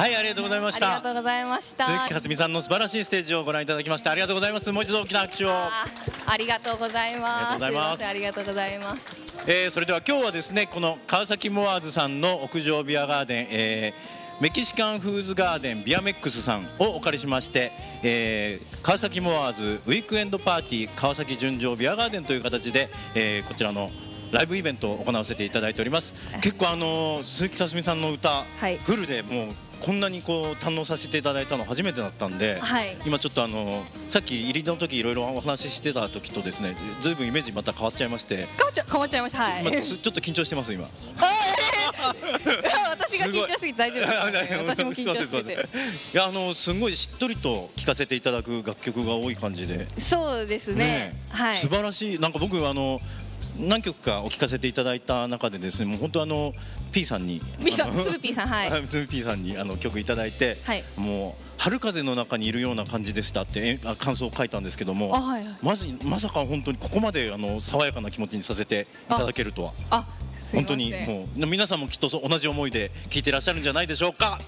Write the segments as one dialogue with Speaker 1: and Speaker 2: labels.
Speaker 1: まし
Speaker 2: ありが
Speaker 1: た
Speaker 2: とうございました
Speaker 1: 鈴木克美さんの素晴らしいステージをご覧いただきましてありがとうございますもう一度大きな拍手を、
Speaker 2: あありがとうございます
Speaker 1: ありがとうござい
Speaker 2: す
Speaker 1: ます
Speaker 2: ませんありがとうございます
Speaker 1: えーそれでは今日はですねこの川崎モアーズさんの屋上ビアガーデン、えーメキシカンフーズガーデンビアメックスさんをお借りしまして、えー川崎モアーズウィークエンドパーティー川崎純情ビアガーデンという形で、えーこちらのライブイベントを行わせていただいております結構あのー鈴木辰巳さんの歌、
Speaker 2: はい
Speaker 1: フルでもうこんなにこう堪能させていただいたの初めてだったんで、
Speaker 2: はい
Speaker 1: 今ちょっとあのさっき入りの時いろいろお話ししてた時とですねずいぶんイメージまた変わっちゃいまして
Speaker 2: かまちゃかまっちゃいましたはい、
Speaker 1: 今す ちょっと緊張してます今。
Speaker 2: 私が緊張しすぎて大丈夫ですかね、 私も緊張してて
Speaker 1: すいませんすいませんいやあのすごいしっとりと聴かせていただく楽曲が多い感じで、
Speaker 2: そうですね
Speaker 1: え
Speaker 2: はい
Speaker 1: 素晴らしいなんか僕あの何曲かお聴かせていただいた中でですねもう本当あの P さんに
Speaker 2: P さん
Speaker 1: あの
Speaker 2: つぶ P さんはい
Speaker 1: あ つぶ P さんにあの曲いただいて、
Speaker 2: はい
Speaker 1: もう春風の中にいるような感じでしたってえあ感想を書いたんですけども、
Speaker 2: あはいはい
Speaker 1: まずまさか本当にここまであの爽やかな気持ちにさせていただけるとは。
Speaker 2: あすい
Speaker 1: 本
Speaker 2: ませ
Speaker 1: 当
Speaker 2: ん
Speaker 1: にもう皆さんもきっとそう同じ思いで聞いてらっしゃるんじゃないでしょうか。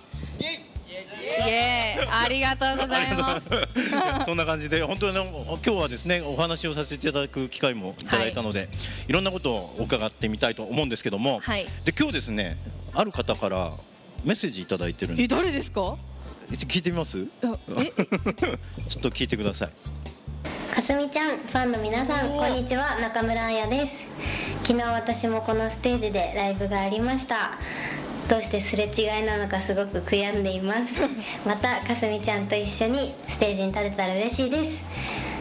Speaker 2: イエーイありがとうございます
Speaker 1: そんな感じで本当にあの今日はですねお話をさせていただく機会もいただいたので、い、ろんなことを伺ってみたいと思うんですけども、
Speaker 2: はい
Speaker 1: で今日ですねある方からメッセージいただいてるんで
Speaker 2: え誰ですか
Speaker 1: 一応聞いてみます？ ち
Speaker 2: あえ
Speaker 1: ょっと聞いてください。
Speaker 3: かすみちゃんファンの皆さんこんにちは中村彩です昨日私もこのステージでライブがありましたどうしてすれ違いなのかすごく悔やんでいます またかすみちゃんと一緒にステージに立てたら嬉しいです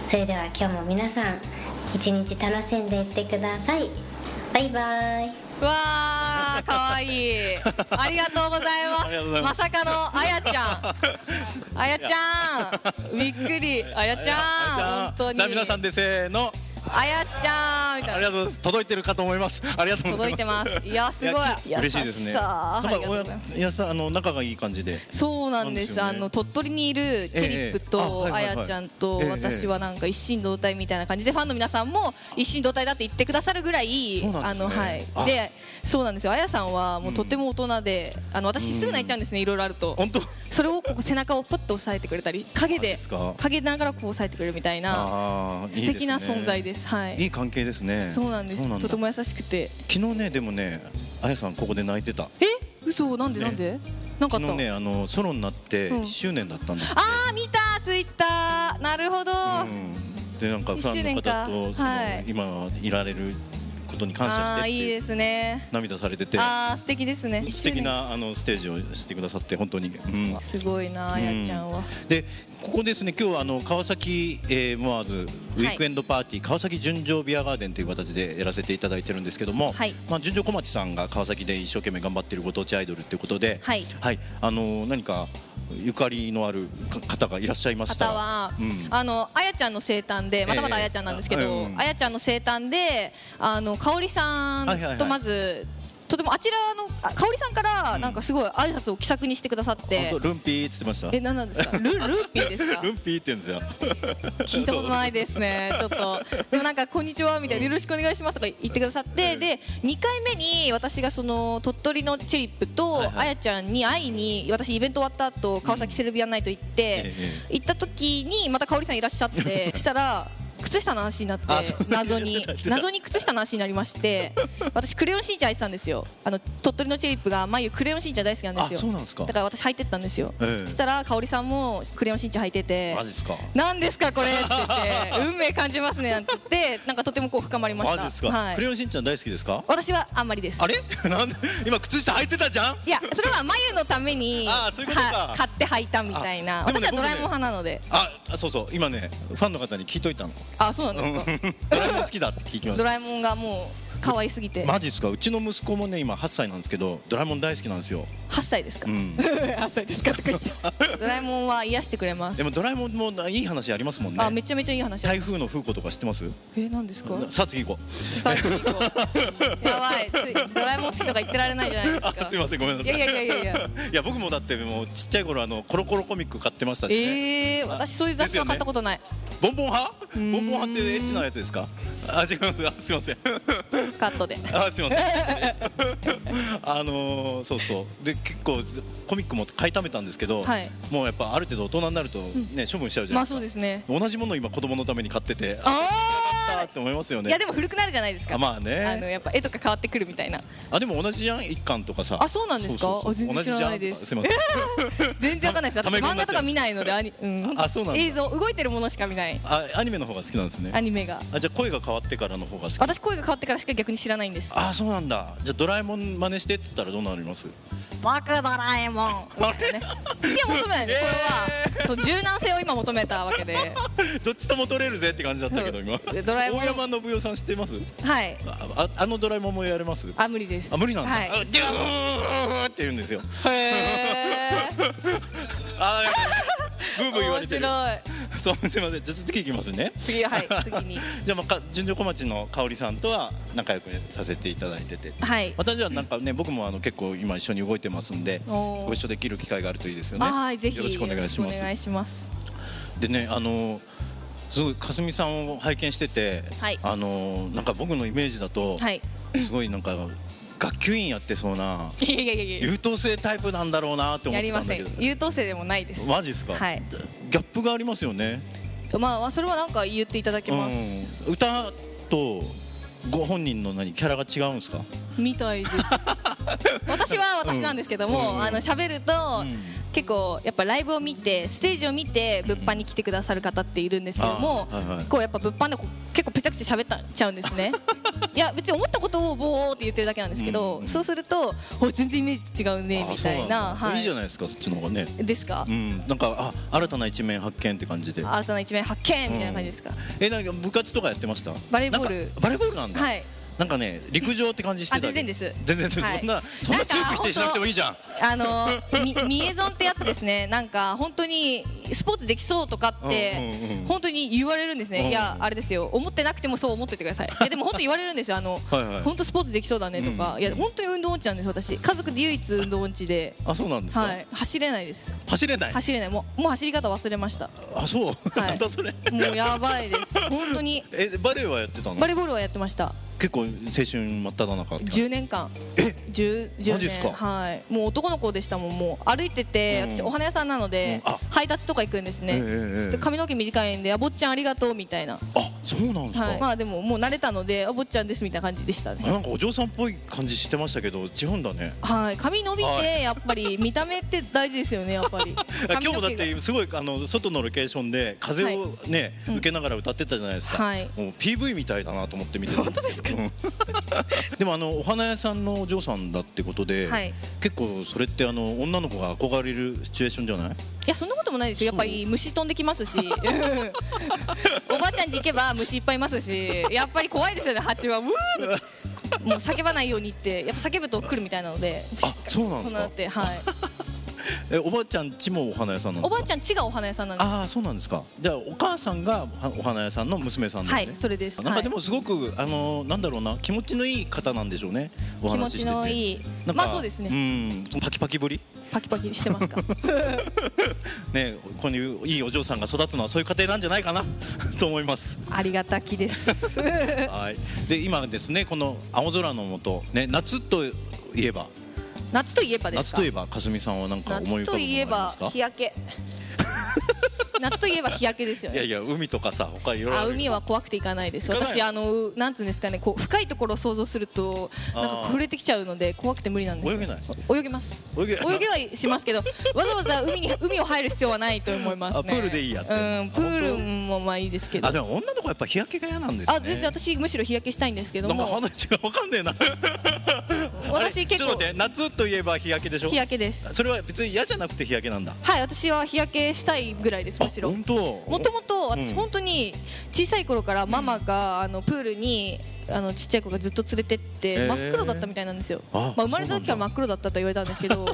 Speaker 3: それでは今日も皆さん一日楽しんでいってくださいバイバイ
Speaker 2: わあ、可愛いい。ありがとうござい
Speaker 1: ありがとう
Speaker 2: ます。ま
Speaker 1: ございます
Speaker 2: さかのあやちゃん。あやちゃ ん。びっくり。あやちゃん。本当に。
Speaker 1: さあ皆さんでせーの。
Speaker 2: あやちゃんみ
Speaker 1: あ
Speaker 2: たい
Speaker 1: りが
Speaker 2: な。
Speaker 1: とうございます。届いてるかと思 います。ありがとうございます。
Speaker 2: 届いてますいやすごい
Speaker 1: き嬉しいです
Speaker 2: 優し
Speaker 1: ね。
Speaker 2: さ
Speaker 1: なん
Speaker 2: あ
Speaker 1: か
Speaker 2: りがとうございま
Speaker 1: おやさあの仲がいい感じで。
Speaker 2: そうなんです
Speaker 1: なんですよ
Speaker 2: あ
Speaker 1: ね
Speaker 2: の鳥取にいるチェリップ
Speaker 1: ええあ
Speaker 2: と
Speaker 1: はい
Speaker 2: あ
Speaker 1: はいはい
Speaker 2: やちゃんと
Speaker 1: ええ
Speaker 2: 私はなんか一心同体みたいな感じでファンの皆さんも一心同体だって言ってくださるぐらい
Speaker 1: そうな
Speaker 2: あ
Speaker 1: んですね
Speaker 2: のはい
Speaker 1: あ
Speaker 2: でそうなんですよあやさんはもうとても大人であの私すぐ泣いちゃうんですねいろいろあると
Speaker 1: 本当。
Speaker 2: それをこう背中をポッと押さえてくれたり影
Speaker 1: あ
Speaker 2: で
Speaker 1: ですか
Speaker 2: 影ながらこう押さえてくれるみたいな
Speaker 1: あー
Speaker 2: 素敵な存在ですすは
Speaker 1: ね。い
Speaker 2: い
Speaker 1: い関係ですね。
Speaker 2: そうなんです
Speaker 1: だ
Speaker 2: とても優しくて
Speaker 1: 昨日ねでもね、あやさんここで泣いてた。
Speaker 2: え嘘なんで
Speaker 1: ね
Speaker 2: なんでなんかあっ
Speaker 1: 昨
Speaker 2: た
Speaker 1: 日ねあのソロになって
Speaker 2: うん
Speaker 1: 1周年だったんです。
Speaker 2: あー見たツイッターなるほど
Speaker 1: うんでなんかファ
Speaker 2: 一周
Speaker 1: ンの
Speaker 2: 年か
Speaker 1: 方とそ
Speaker 2: はい
Speaker 1: の今いられることに感謝し
Speaker 2: あ
Speaker 1: てっ
Speaker 2: ー
Speaker 1: て
Speaker 2: いい
Speaker 1: いう
Speaker 2: ですね
Speaker 1: 涙されてて。
Speaker 2: あー素敵ですね
Speaker 1: 素敵なあのステージをしてくださって本当に、うん
Speaker 2: 一周年、すごいなあやちゃんは
Speaker 1: でここですね今日はあの川崎、えー、モアーズウィークエンドパーティー、川崎純情ビアガーデンという形でやらせていただいてるんですけども、
Speaker 2: はい
Speaker 1: まあ、純情小町さんが川崎で一生懸命頑張っているご当地アイドルということで、
Speaker 2: はい
Speaker 1: あの何かゆかりのある方がいらっしゃいました
Speaker 2: 方
Speaker 1: ら
Speaker 2: は、
Speaker 1: うん
Speaker 2: あのあやちゃんの生誕でまたまたあ
Speaker 1: ええ
Speaker 2: やちゃんなんですけど、
Speaker 1: あうん
Speaker 2: あやちゃんの生誕であの香織さ
Speaker 1: はいはいは
Speaker 2: ん
Speaker 1: い
Speaker 2: とまず、とてもあちらのあ香織さんからなんかすごい挨拶を気さくにしてくださって、
Speaker 1: 本当ルンピーっつってました
Speaker 2: え何なんですかルルーピーですか
Speaker 1: ルンピーって言うんですよ
Speaker 2: 聞いたことないですね、ちょっと、でもなんか、こんにちはみたいな、よろしくお願いしますとか言ってくださって、で2回目に私がその鳥取のチェリップと
Speaker 1: はいはい
Speaker 2: あやちゃんに会いに、私、イベント終わった後川崎セルビアンナイト行って
Speaker 1: え、
Speaker 2: 行った時に、また香織さんいらっしゃ って、したら、靴下の話になって
Speaker 1: あそう、
Speaker 2: 謎 に
Speaker 1: 言ってた言って、た
Speaker 2: 謎に靴下の話になりまして、私、クレヨンしんちゃん入ってたんですよ、あの鳥取のチェリップが、眉、クレヨンしんちゃん大好きなんですよ、
Speaker 1: あそうなんですか
Speaker 2: だから私、入ってったんですよ、
Speaker 1: ええ
Speaker 2: したら香織さんもクレヨンしんちゃん履いてて。
Speaker 1: マジですか
Speaker 2: なんですかこれって言って運命感じますねなんて言 ってなんかとてもこう深まりました。
Speaker 1: マジですか、
Speaker 2: は
Speaker 1: ク
Speaker 2: い。
Speaker 1: レヨンしんちゃん大好きですか
Speaker 2: 私はあんまりです。
Speaker 1: あれ なんで今靴下履いてたじゃん
Speaker 2: いやそれは眉のために
Speaker 1: あーそういうことか
Speaker 2: は買って履いたみたいな。
Speaker 1: あでも
Speaker 2: 私
Speaker 1: ね
Speaker 2: はドラえもん派なので。
Speaker 1: ああそうそう今ねファンの方に聞いといたの
Speaker 2: あそうなんですか。
Speaker 1: ドラえもん好きだって聞きま
Speaker 2: ド
Speaker 1: した
Speaker 2: ラえもんがもう可愛すぎて
Speaker 1: マジっすかうちの息子もね今8歳なんですけどドラえもん大好きなんですよ、
Speaker 2: 八歳ですか
Speaker 1: う。ん、
Speaker 2: 八歳ですかとか 言って。ドラえもんは癒してくれま。
Speaker 1: ですもドラえもんもいい話ありますもんね
Speaker 2: あめちゃめちゃいい話。
Speaker 1: 台風の風子とか知ってます
Speaker 2: えなんですか。
Speaker 1: さあ次行こう
Speaker 2: さっきこうやばいついドラえもん好きとか言ってられないじゃないです
Speaker 1: あ
Speaker 2: か。
Speaker 1: すいませんごめんなさい
Speaker 2: いやいやいやいやいや。
Speaker 1: いや僕もだってもうちっちゃい頃あのコロコロコミック買ってましたしね、
Speaker 2: ええー、私そういう雑誌は買ったことない。
Speaker 1: ボンボン派ボンボン貼ってエッチなやつですかあ違いますあすいません
Speaker 2: カットで
Speaker 1: あすいません あのーそうそうで結構コミックも買いためたんですけど、
Speaker 2: はい
Speaker 1: もうやっぱある程度大人になるとね、処分しちゃうじゃ
Speaker 2: まあ
Speaker 1: ないですか、
Speaker 2: そうですね
Speaker 1: 同じものを今子供のために買っててあ
Speaker 2: あ
Speaker 1: あって思いますよ
Speaker 2: あ
Speaker 1: ね
Speaker 2: いやでも古くなるじゃないですか
Speaker 1: あまあね
Speaker 2: あのやっぱ絵とか変わってくるみた いな
Speaker 1: あでも同じじゃん一巻とかさ
Speaker 2: あそうなんですか
Speaker 1: そうそうそう
Speaker 2: あ全然知らないです
Speaker 1: 同じじゃんとかすいません
Speaker 2: 全然わかんないです
Speaker 1: た
Speaker 2: 私
Speaker 1: め語
Speaker 2: 漫
Speaker 1: にな
Speaker 2: 画
Speaker 1: っちゃう
Speaker 2: とか見ないの でアニ、うん、
Speaker 1: あそうなんだ
Speaker 2: 映像動いてるものしか見ない
Speaker 1: あアニメの方が好きなんですね
Speaker 2: アニメが
Speaker 1: あじゃあ声が変わってからの方が好き
Speaker 2: 私声が変わってからしか逆に知らないんです
Speaker 1: あそうなんだじゃあドラえもん真似してって言ったらどうなり ます
Speaker 2: 僕ドラえもんみたいなねいや求めないね これは、そう柔軟性を今求めたわけで
Speaker 1: どっちとも取れるぜって感じだったけど今
Speaker 2: そうドラえもん
Speaker 1: 大山信代さん知ってます
Speaker 2: はい
Speaker 1: あああのドラえもんもやれます
Speaker 2: あ無理です
Speaker 1: あ無理なんだ、
Speaker 2: はい
Speaker 1: あギューって言うんですよ
Speaker 2: へ ー
Speaker 1: あーブーブー言わ
Speaker 2: 面
Speaker 1: れてる
Speaker 2: 白い
Speaker 1: そうすいませんじゃあ次いきますね
Speaker 2: 次 はい次に
Speaker 1: じゃあ、まあか、純情小町の香里さんとは仲良くさせていただいてて
Speaker 2: はい
Speaker 1: またじゃあなんかね僕もあの結構今一緒に動いてますんで
Speaker 2: おー
Speaker 1: ご一緒できる機会があるといいですよね
Speaker 2: あはいぜひ
Speaker 1: よろしくお願いし
Speaker 2: よ
Speaker 1: ま
Speaker 2: ろ
Speaker 1: す
Speaker 2: くお願いします
Speaker 1: でねあのすごいかすみさんを拝見してて、
Speaker 2: はい
Speaker 1: あのなんか僕のイメージだと、
Speaker 2: はい
Speaker 1: すごいなんか学級委員やってそうない
Speaker 2: やいやい やいや
Speaker 1: 優等生タイプなんだろうなって思
Speaker 2: や
Speaker 1: っ
Speaker 2: り
Speaker 1: てた
Speaker 2: ま
Speaker 1: ん
Speaker 2: せ
Speaker 1: だけ
Speaker 2: ん
Speaker 1: ど
Speaker 2: 優等生でもないです
Speaker 1: マジですか、
Speaker 2: はい
Speaker 1: ギャップがありますよね
Speaker 2: まあそれはなんか言っていただけます、
Speaker 1: うん、歌とご本人の何キャラが違うんですか
Speaker 2: みたいです 私は私なんですけども、
Speaker 1: うん
Speaker 2: あの喋ると、
Speaker 1: ん
Speaker 2: 結構やっぱライブを見てステージを見て物販に来てくださる方っているんですけども、
Speaker 1: あーはいはい
Speaker 2: こうやっぱ物販でこう結構ぺちゃくちゃ喋ったちゃうんです ねいや別に思ったことをボーって言ってるだけなんですけど、
Speaker 1: うん
Speaker 2: そうするとお全然イメージ違うね
Speaker 1: あ
Speaker 2: みたい
Speaker 1: そう
Speaker 2: な
Speaker 1: な
Speaker 2: ん
Speaker 1: だいいじゃ
Speaker 2: な
Speaker 1: ないですかそっちの方がね
Speaker 2: いですか、
Speaker 1: うんなんかあ新たな一面発見って感じで
Speaker 2: 新たな一面発見みたいな感じですか、
Speaker 1: えなんか部活とかやってました
Speaker 2: バレーボール
Speaker 1: なんかバレーボールなんだ
Speaker 2: はい
Speaker 1: なんかね陸上って感じしてたけど
Speaker 2: あ全然です
Speaker 1: 全 然です、
Speaker 2: はい
Speaker 1: そんなそんな強く否定しなくてもいいじゃん
Speaker 2: あのみミエゾンってやつですねなんか本当にスポーツできそうとかって
Speaker 1: うんうんうん
Speaker 2: 本当に言われるんですね、
Speaker 1: うん
Speaker 2: いやあれですよ思ってなくてもそう思っててくださいい やでも本当言われるんですよあの
Speaker 1: はいはい
Speaker 2: 本当スポーツできそうだねとか、
Speaker 1: うん
Speaker 2: いや本当に運動音痴なんです私家族で唯一運動音痴で、
Speaker 1: あそうなんですか、
Speaker 2: はい、走れないです
Speaker 1: 走れない
Speaker 2: 走れないもうもう走り方忘れました
Speaker 1: あそう、
Speaker 2: い
Speaker 1: なんだそれ
Speaker 2: もうやばいです本当に
Speaker 1: えバレーはやってたの
Speaker 2: バレーボールはやってました
Speaker 1: 結構青春真っ只中って感じ
Speaker 2: 10年間10 10年
Speaker 1: マジっすか
Speaker 2: はいもう男の子でしたもんもう歩いてて、
Speaker 1: うん
Speaker 2: 私お花屋さんなので、
Speaker 1: うんあ
Speaker 2: 配達とか行くんですね、
Speaker 1: ええええ
Speaker 2: ちょっと髪の毛短いんで「あ坊ちゃんありがとう」みたいな、
Speaker 1: あそうなんですか、
Speaker 2: はい、まあでももう慣れたので「あ坊ちゃんです」みたいな感じでしたね、
Speaker 1: なんかお嬢さんっぽい感じしてましたけど違うんだね
Speaker 2: はい髪伸び
Speaker 1: は
Speaker 2: てやっぱり見た目って大事ですよねやっぱり
Speaker 1: 今日もだ
Speaker 2: 髪の
Speaker 1: っ
Speaker 2: 毛
Speaker 1: て
Speaker 2: が
Speaker 1: すごいあの外のロケーションで風をね、
Speaker 2: うん
Speaker 1: 受けながら歌ってたじゃないですか、
Speaker 2: はい
Speaker 1: もう PV みたいだなと思って見て た
Speaker 2: 本当ですか
Speaker 1: うん でもあのお花屋さんのお嬢さんだってことで、
Speaker 2: はい
Speaker 1: 結構それってあの女の子が憧れるシチュエーションじゃない
Speaker 2: いやそんなこともないですよやっぱり虫飛んできます しおばあちゃん家行けば虫いっぱいいますしやっぱり怖いですよね蜂はうーもう叫ばないようにってやっぱ叫ぶと来るみたいなので
Speaker 1: あそうなんで
Speaker 2: そん
Speaker 1: す
Speaker 2: な
Speaker 1: か
Speaker 2: ってはい
Speaker 1: えおばあちゃんちもお花屋さんなんで
Speaker 2: お
Speaker 1: すか
Speaker 2: ばあちゃん家がお花屋さんなんです
Speaker 1: ああそうなんですかじゃあお母さんがはお花屋さんの娘さんですね、
Speaker 2: はいそれです
Speaker 1: な
Speaker 2: は
Speaker 1: んか
Speaker 2: い
Speaker 1: でもすごくあのなんだろうな気持ちのいい方なんでしょうねお
Speaker 2: 気持
Speaker 1: 話しして
Speaker 2: ち
Speaker 1: て
Speaker 2: のいい
Speaker 1: なん
Speaker 2: ま
Speaker 1: か
Speaker 2: あそうですね
Speaker 1: うんそのパキパキぶり
Speaker 2: パキパキして ますか
Speaker 1: ねこういういいお嬢さんが育つのはそういう家庭なんじゃないかな と思 います。
Speaker 2: ありがたきです
Speaker 1: はい。で今ですねこの青空の下ね夏といえば
Speaker 2: 夏といえばです
Speaker 1: 夏
Speaker 2: か
Speaker 1: といえばかすみさんはなんか思い
Speaker 2: 夏
Speaker 1: 浮かぶ
Speaker 2: と
Speaker 1: もの
Speaker 2: いえば
Speaker 1: ありま
Speaker 2: 日
Speaker 1: すか。
Speaker 2: 焼 け夏といえば日焼けですよ
Speaker 1: いや
Speaker 2: ね
Speaker 1: いや海とかさ他いろいろ
Speaker 2: あ
Speaker 1: る
Speaker 2: 海は怖くて行かないです
Speaker 1: 行かない
Speaker 2: 私あのなんつうんですかねこう深いところを想像するとなん
Speaker 1: あ
Speaker 2: か
Speaker 1: ー
Speaker 2: 震えてきちゃうので怖くて無理なんです
Speaker 1: 泳げない
Speaker 2: 泳げます
Speaker 1: 泳げ
Speaker 2: はしますけ どわざわざ海に海を入る必要はないと思いますね
Speaker 1: あプールでいいやって
Speaker 2: うんプ
Speaker 1: あ本
Speaker 2: ールもまあいいですけど
Speaker 1: あでも女の子はやっぱ日焼けが嫌なんですね。
Speaker 2: あ全然私むしろ日焼けしたいんですけど
Speaker 1: なんか
Speaker 2: も
Speaker 1: 話がわかんねえな。
Speaker 2: 私結構
Speaker 1: あれちょっと待って夏といえば日焼けでしょ。
Speaker 2: 日焼けです
Speaker 1: それは別に嫌じゃなくて日焼けなんだ。
Speaker 2: はい私は日焼けしたいぐらいですむしろ
Speaker 1: あ本当。
Speaker 2: もともと
Speaker 1: う
Speaker 2: 私
Speaker 1: ん
Speaker 2: 本当に小さい頃からママがあのプールにあのちっちゃい子がずっと連れてっ
Speaker 1: へ
Speaker 2: て
Speaker 1: ー
Speaker 2: 真っ黒だったみたいなんですよ、
Speaker 1: あ
Speaker 2: まあ、生まれた時から真っ黒だったと言われたんですけ ど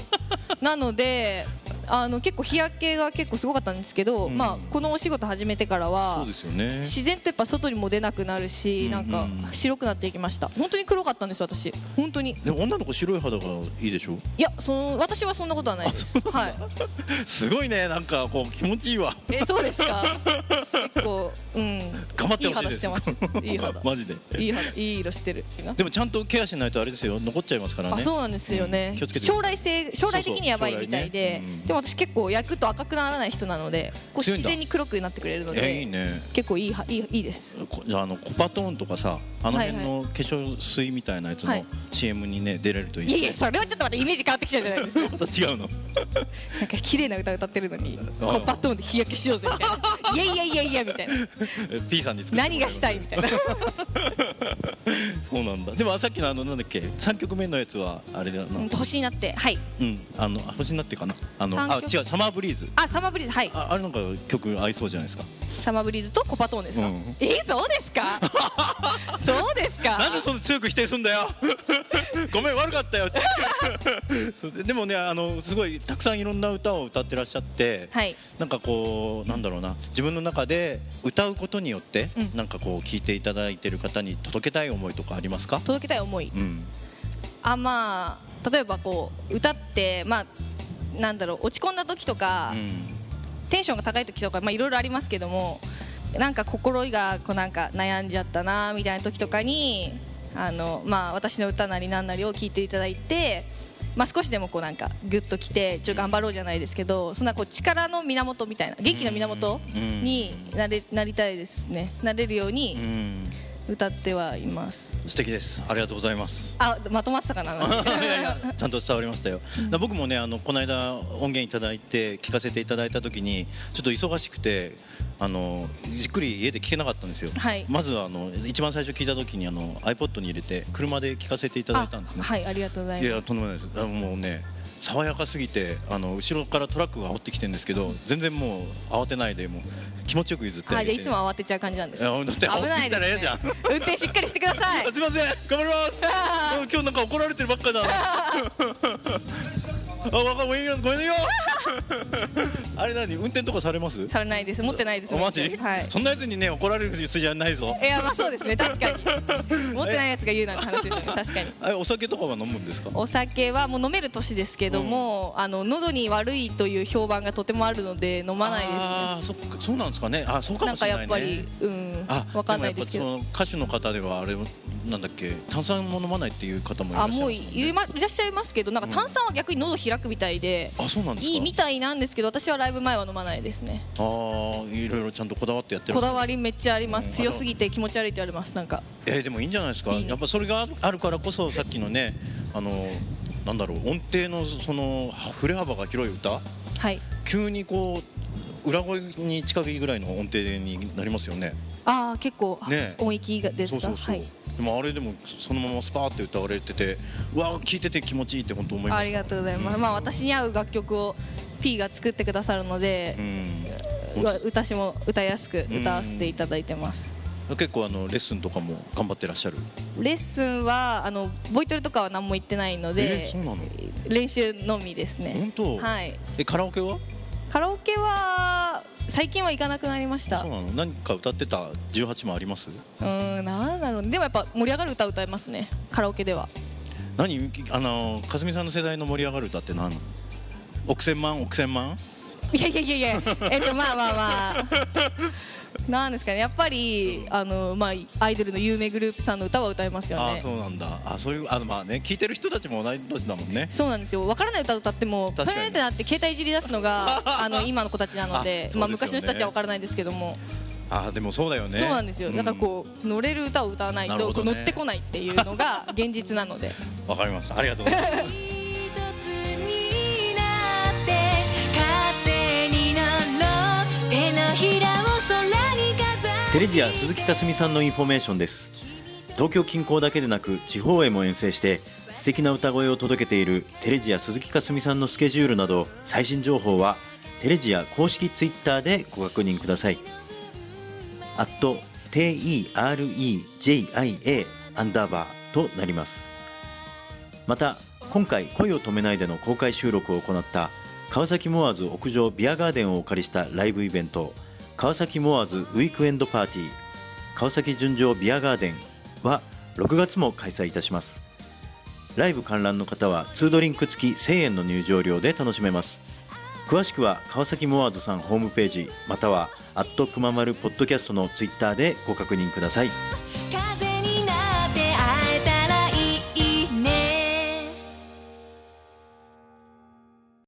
Speaker 2: なのであの結構日焼けが結構すごかったんですけど、
Speaker 1: うん
Speaker 2: まあ、このお仕事始めてから
Speaker 1: そ
Speaker 2: は
Speaker 1: うですよね。
Speaker 2: 自然とやっぱ外にも出なくなるし、
Speaker 1: うんうん
Speaker 2: なんか白くなっていきました本当に黒かったんですよ私本当に
Speaker 1: でも女の子白い肌がいいでしょ。
Speaker 2: いやその私はそんなことはないですはい
Speaker 1: すごいねなんかこう気持ちいいわ
Speaker 2: えそうですか結構うん
Speaker 1: 頑張ってほしい
Speaker 2: いい肌
Speaker 1: です
Speaker 2: してますいい 肌
Speaker 1: マジで
Speaker 2: いい肌いい色してる
Speaker 1: でもちゃんとケアしないとあれですよ残っちゃいますからね
Speaker 2: あそうなんですよね、
Speaker 1: うん気をつけて
Speaker 2: 将来性将来的にやばいみたいで、
Speaker 1: そうそう将来ねうん
Speaker 2: でも私結構焼くと赤くならない人なのでこう
Speaker 1: 強いん
Speaker 2: 自
Speaker 1: だ
Speaker 2: 然に黒くなってくれるので、
Speaker 1: えいいね
Speaker 2: 結構いいはいいいいです
Speaker 1: こじゃああのコパトーンとかさあの辺の化粧水みたいなやつ
Speaker 2: は
Speaker 1: の
Speaker 2: い
Speaker 1: CM にね出れるといい
Speaker 2: い
Speaker 1: ね
Speaker 2: やいやそれはちょっとまたイメージ変わってきちゃうじゃない ですか
Speaker 1: また違うの
Speaker 2: なんか綺麗な歌歌ってるのに
Speaker 1: あ
Speaker 2: こうバットンで日焼けしようぜみたいないやいやいやいやみたいな
Speaker 1: え P さんに作ってもら
Speaker 2: 何がしたいみたい な
Speaker 1: そうなんだでもさっきのあのなんだっけ3曲目のやつはあれだな
Speaker 2: うん星になってはい
Speaker 1: うんあの星になってかなあのあ
Speaker 2: 三曲
Speaker 1: 違うサマーブリーズ
Speaker 2: あサマーブリーズはい
Speaker 1: ああれなんか曲合いそうじゃないですか
Speaker 2: サマーブリーズとコパトーンですか、
Speaker 1: うん
Speaker 2: えーそう ですかそうですか
Speaker 1: なんでそんな強く否定すんだよ ごめん悪かったよ そうででもねあのすごいたくさんいろんな歌を歌ってらっしゃって、
Speaker 2: はい
Speaker 1: なんかこうなんだろうな自分の中で歌うことによって、
Speaker 2: うん
Speaker 1: なんかこう聞いていただいてる方に届けたい思いとかありますか、
Speaker 2: 届けたい思い
Speaker 1: うん、
Speaker 2: あまあ例えばこう歌ってまあなんだろう落ち込んだ時とか、
Speaker 1: うん
Speaker 2: テンションが高い時とかまあいろいろありますけどもなんか心がこうなんか悩んじゃったなみたいな時とかにあのまあ私の歌なりなんなりを聞いていただいて。まあ少しでもこうなんかグッときてちょっと頑張ろうじゃないですけどそんなこう力の源みたいな元気の源になれなりたいですねなれるよう
Speaker 1: う
Speaker 2: に
Speaker 1: ん、
Speaker 2: 歌ってはいます
Speaker 1: 素敵ですありがとうございます
Speaker 2: あまとまってたかな話
Speaker 1: いやいや ちゃんと伝わりましたよ、だ僕もねあのこの間音源いただいて聞かせていただいた時にちょっと忙しくてあのじっくり家で聞けなかったんですよ、
Speaker 2: はい
Speaker 1: まずあの一番最初聞いた時にあの iPod に入れて車で聞かせていただいたんですね、
Speaker 2: あはいありがとうござい
Speaker 1: い
Speaker 2: ます
Speaker 1: やとんでもないですあのもうね爽やかすぎてあの後ろからトラックが煽ってきてるんですけど全然もう慌てないでもう気持ちよく譲って
Speaker 2: あ
Speaker 1: あ
Speaker 2: じ
Speaker 1: げ
Speaker 2: ゃあ
Speaker 1: て
Speaker 2: いつも慌てちゃう感じなんです
Speaker 1: いやだって
Speaker 2: 危ない
Speaker 1: 煽ってきたら
Speaker 2: で
Speaker 1: 嫌
Speaker 2: す、
Speaker 1: じ
Speaker 2: ね
Speaker 1: ゃん、
Speaker 2: 運転しっかりしてください
Speaker 1: あすいません頑張りますもう今日なんか怒られてるばっ かりだあわかごめんよごめ んよあれ何運転とかされます
Speaker 2: されないです持ってないです
Speaker 1: おマジ、
Speaker 2: はい
Speaker 1: そんなやつにね怒られる筋じゃないぞ
Speaker 2: いやまあそうですね確か に持ってないやつが言うなんて話ですよね確かに
Speaker 1: あれお酒とかは飲むんですか
Speaker 2: お酒はもう飲める年ですけども、あの喉に悪いという評判がとてもあるので飲まないですね
Speaker 1: あーそっかそうなんですかねあそうか
Speaker 2: な
Speaker 1: も
Speaker 2: ん
Speaker 1: し
Speaker 2: か
Speaker 1: れな
Speaker 2: やっ
Speaker 1: いね
Speaker 2: ぱり、うん
Speaker 1: あ、
Speaker 2: わかんないですけ
Speaker 1: も
Speaker 2: ど
Speaker 1: やっぱその歌手の方ではあれなんだっけ炭酸も飲まないっていう方もいら
Speaker 2: あ
Speaker 1: っしゃ
Speaker 2: も
Speaker 1: る
Speaker 2: ういいらいらっしゃいますけどなんか炭酸は逆に喉開くみたいで、
Speaker 1: あそうなんですか
Speaker 2: いいみたいなんですけど私はライブ前は飲まないですね
Speaker 1: あーいろいろちゃんとこだわってやってる
Speaker 2: こだわりめっちゃありま
Speaker 1: うん
Speaker 2: す強すぎて気持ち悪いって言われますなんか
Speaker 1: えーでもいいんじゃないですか
Speaker 2: いいね
Speaker 1: やっぱそれがあるからこそさっきのねあのなんだろう音程のその振れ幅が広い歌
Speaker 2: はい
Speaker 1: 急にこう裏声に近いぐらいの音程になりますよね
Speaker 2: ああ結構、
Speaker 1: ね
Speaker 2: 音域がです
Speaker 1: そう
Speaker 2: か
Speaker 1: そうそう、
Speaker 2: はい
Speaker 1: でもあれでもそのままスパーって歌われててうわー聞いてて気持ちいいって本当思いました
Speaker 2: ありがとうございます、
Speaker 1: うん
Speaker 2: まあ私に合う楽曲を P が作ってくださるので
Speaker 1: う、ん
Speaker 2: うわ私も歌いやすく歌わせていただいてます、
Speaker 1: 結構あのレッスンとかも頑張ってらっしゃる
Speaker 2: レッスンはあのボイトレとかは何も行ってないの
Speaker 1: え
Speaker 2: で
Speaker 1: そうなの
Speaker 2: 練習のみですね
Speaker 1: 本当
Speaker 2: はい
Speaker 1: えカラオケは
Speaker 2: カラオケは最近は行かなくなりました
Speaker 1: そうなの何か歌ってた18もあります
Speaker 2: うーんなんだろうねでもやっぱ盛り上がる歌歌えますねカラオケでは
Speaker 1: 何あのかすみさんの世代の盛り上がる歌って何億千万億千万
Speaker 2: いやいやいやいや、えっと、まあまあまあ。なんですかね、やっぱり、あの、まあ、アイドルの有名グループさんの歌は歌えますよ
Speaker 1: ああ
Speaker 2: ね
Speaker 1: そ。うなんだあそういうあのまあね聞いてる人たちも同い年だもんね
Speaker 2: そうなんですよ、わからない歌歌っても、プ
Speaker 1: 確
Speaker 2: ーン
Speaker 1: かに
Speaker 2: ってなって、携帯いじり出すの が、あの、今の子たちなので
Speaker 1: あそうで、すよね
Speaker 2: まあ、昔の人たちはわからないですけども。
Speaker 1: ああでもそうだよね
Speaker 2: そうなんですよ、なんかこう、乗れる歌を歌わない
Speaker 1: なる
Speaker 2: と、
Speaker 1: ほ
Speaker 2: こう
Speaker 1: どね
Speaker 2: 乗ってこないっていうのが現実なので。
Speaker 1: うんわ、かりましたありがとうございま
Speaker 4: 「ひと
Speaker 1: す
Speaker 4: つになって風になろう」「手のひらを空に飾る」
Speaker 1: テレジア鈴木かすみさんのインフォメーションです東京近郊だけでなく地方へも遠征して素敵な歌声を届けているテレジア鈴木かすみさんのスケジュールなど最新情報はテレジア公式ツイッターでご確認ください「at @terejia アンダーバー」となりますまた今回「恋を止めないで」の公開収録を行った川崎モアーズ屋上ビアガーデンをお借りしたライブイベント「川崎モアーズウィークエンドパーティー川崎純情ビアガーデン」は6月も開催いたしますライブ観覧の方は2ドリンク付き1000円の入場料で楽しめます詳しくは川崎モアーズさんホームページまたは
Speaker 5: 「@くままるポッドキャスト」のツイッターでご確認ください。